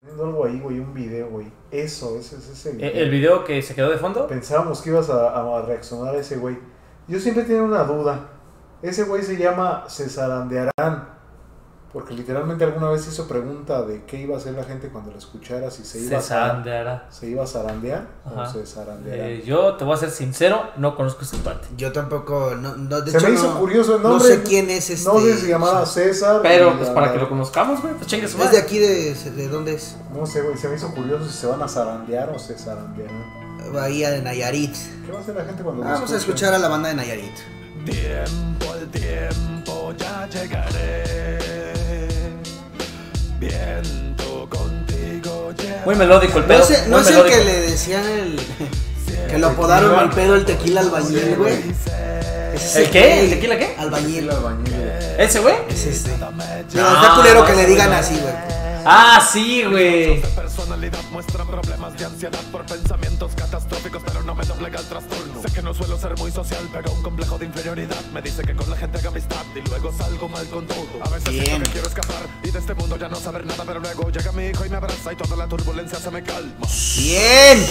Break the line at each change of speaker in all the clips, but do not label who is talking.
Teniendo algo ahí, güey, un video, güey. Eso, ese es ese video.
¿El, Eh, el video que se quedó de fondo?
Pensábamos que ibas a, a reaccionar a ese güey. Yo siempre tenía una duda. Ese güey se llama César Andearán. Porque literalmente alguna vez hizo pregunta de qué iba a hacer la gente cuando lo escuchara, si se iba
Se sandeará.
a, se iba a zarandear o
Ajá.
se zarandeará.
Eh, yo te voy a ser sincero, no conozco este parte.
Yo tampoco, no, no, de
se
hecho,
me hizo
no,
curioso el
no
nombre.
sé quién es este.
No sé si se llamaba
o sea,
César.
Pero
y
pues
la-
para que lo conozcamos, güey, pues chingue su
¿Es de
madre.
aquí? ¿De, de dónde es?
No sé, güey, se me hizo curioso si se van a zarandear o se zarandearán.
Bahía de Nayarit.
¿Qué va a hacer la gente cuando lo
Ah, Vamos a
escuche?
escuchar a la banda de Nayarit.
Tiempo al tiempo ya llegaré. Viento contigo ya.
Muy melódico el pedo.
No, sé- no
muy
es el
melódico.
que le decían el. Que lo apodaron al pedo el tequila albañil, güey. Ese es
¿El qué?
güey.
¿El tequila qué?
Albañil.
Albañil, güey.
¿Ese, güey?
Es este. Pero
Ah,
está culero que
ese
le digan
güey.
así, güey.
Ah, sí, güey.
Personalidad muestra problemas de ansiedad por pensamientos catastróficos, pero no me doblega el trastorno. Sé que no suelo ser muy social, pero un complejo de inferioridad me dice que con la gente haga amistad y luego salgo mal con todo. A veces
Bien.
siento que quiero escapar y de este mundo ya no saber nada, pero luego llega mi hijo y me abraza y toda la turbulencia se me calma.
Bien.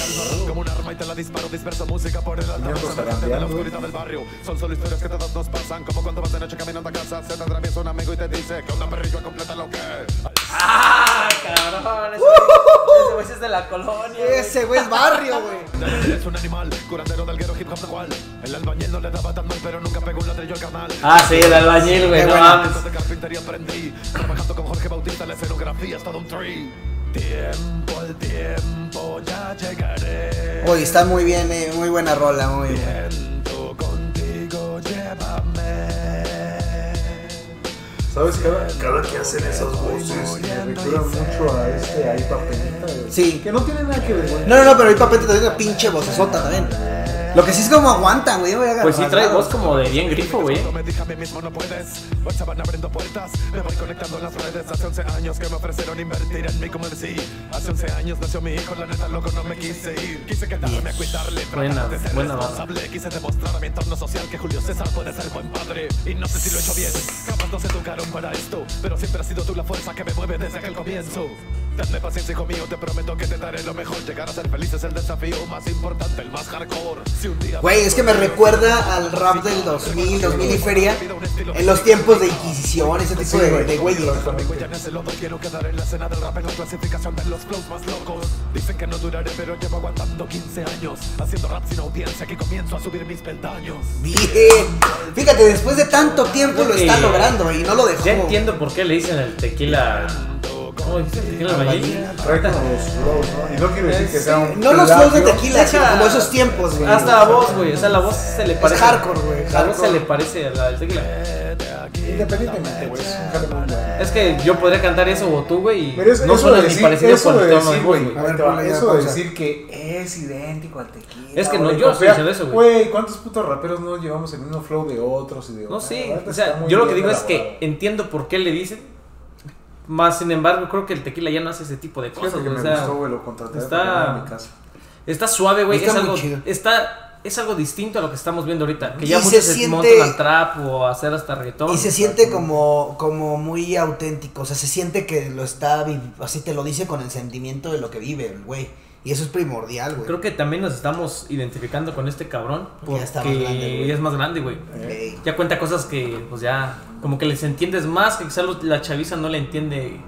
Como un arma y te la disparo, disperso música por el altavoz
Niños
se me prende de la
zarandeando.
oscuridad del barrio. Son solo historias que todos nos pasan. Como cuando vas de noche caminando a casa, se te atraviesa un amigo y te dice que una perrillo completa lo que.
Ah, cabrón. Ese güey- ese güey sí es de la colonia. güey.
Ese güey es barrio, güey.
Es un animal, curandero del guero hip hop cual. El albañil no le daba tan mal, pero nunca pegó un ladrillo al canal.
Ah, sí, el albañil, güey,
Qué
no
bueno.
mames.
de carpintería aprendí, trabajando con Jorge Bautista la escenografía hasta un tree. Tiempo al tiempo ya llegaré.
Oye, está muy bien, eh, muy buena rola, muy buena.
Viento contigo llévame.
¿Sabes? Cada, cada que hacen esas voces me recuerdan mucho a este ahí papelita. güey.
Sí.
Que no tiene nada que ver, güey.
No, no, no, pero el papel te trae una pinche vocesota también. Lo que sí es como aguanta, güey. voy a
Pues sí, trae
agarrar.
voz como de bien grifo, güey.
No me dije a mí mismo no puedes. Hoy se van abriendo puertas. Me voy conectando en las redes. Hace 11 años que me ofrecieron invertir en mí como en sí. Hace 11 años nació mi hijo. La neta, loco, no me quise ir. Quise quedarme a cuidarle.
Buena,
tratar de ser
buena
responsable. Quise demostrar a mi entorno social que Julio César puede ser buen padre. Y no sé si lo he hecho bien. Jamás nos educaron para esto. Pero siempre has sido tú la fuerza que me mueve desde aquel comienzo. Dame paciencia, hijo mío. Te prometo que te daré lo mejor. Llegar a ser feliz es el desafío más importante, el más hardcore. Si un día.
Güey, es que me recuerda al rap del 2000, 2000 y feria. En los tiempos de Inquisición, ese tipo de, de güeyes.
Mi huella en ese lodo, quiero quedar en la escena del rap en la clasificación de los flows más locos. Dicen que no duraré, pero llevo aguantando 15 años. Haciendo rap sin audiencia que comienzo a subir mis peldaños.
Bien. Fíjate, después de tanto tiempo lo está
Sí.
logrando y no lo dejó.
Ya entiendo por qué le dicen el tequila. ¿Cómo dijiste? ¿Tequila albañil?
Trae como los flows, ¿no? Y no quiero decir que sea un.
No los flows de
plagio.
tequila, sino
Deja-
como esos tiempos, güey.
Hasta la voz, güey. O sea, la voz se le parece.
hardcore, güey,
La voz se
hardcore.
le parece a la del tequila.
Independientemente, güey. Es un jale muy bueno.
Es que yo podría cantar eso o tú, güey. y
Pero es,
no
eso de
suena ni
decir,
parecido
eso
con el
de
tono
decir,
de voz,
güey,
güey.
A ver,
te va-
ponle la
eso de
pausa.
decir que es idéntico al tequila.
Es que no,
güey,
yo no
o sea,
estoy diciendo eso, güey.
Güey, ¿cuántos putos raperos no llevamos el mismo flow de otros y de
No,
otros? La
sí.
verdad
O
está
sea,
muy
yo lo que
bien
digo es que
elaborado.
entiendo por qué le dicen. Más sin embargo, creo que el tequila ya no hace ese tipo de cosas,
Fíjate que
güey.
me
O sea,
gustó, güey, lo contraté
está-
está... en mi casa.
está suave, güey.
Está
es
muy
algo,
chido.
está, es algo distinto a lo que estamos viendo ahorita. Que ya
Y
muchos
se
se
siente-
montan al trap o a hacer hasta reggaetón.
Y se siente como, como muy auténtico, o sea, se siente que lo está, vi- así te lo dice con el sentimiento de lo que vive, el güey. Y eso es primordial, güey.
Creo que también nos estamos identificando con este cabrón porque
Ya está más grande, güey.
es más grande, güey.
Ey.
Ya cuenta cosas que, pues ya, como que les entiendes más, que quizá los- la chaviza no le entiende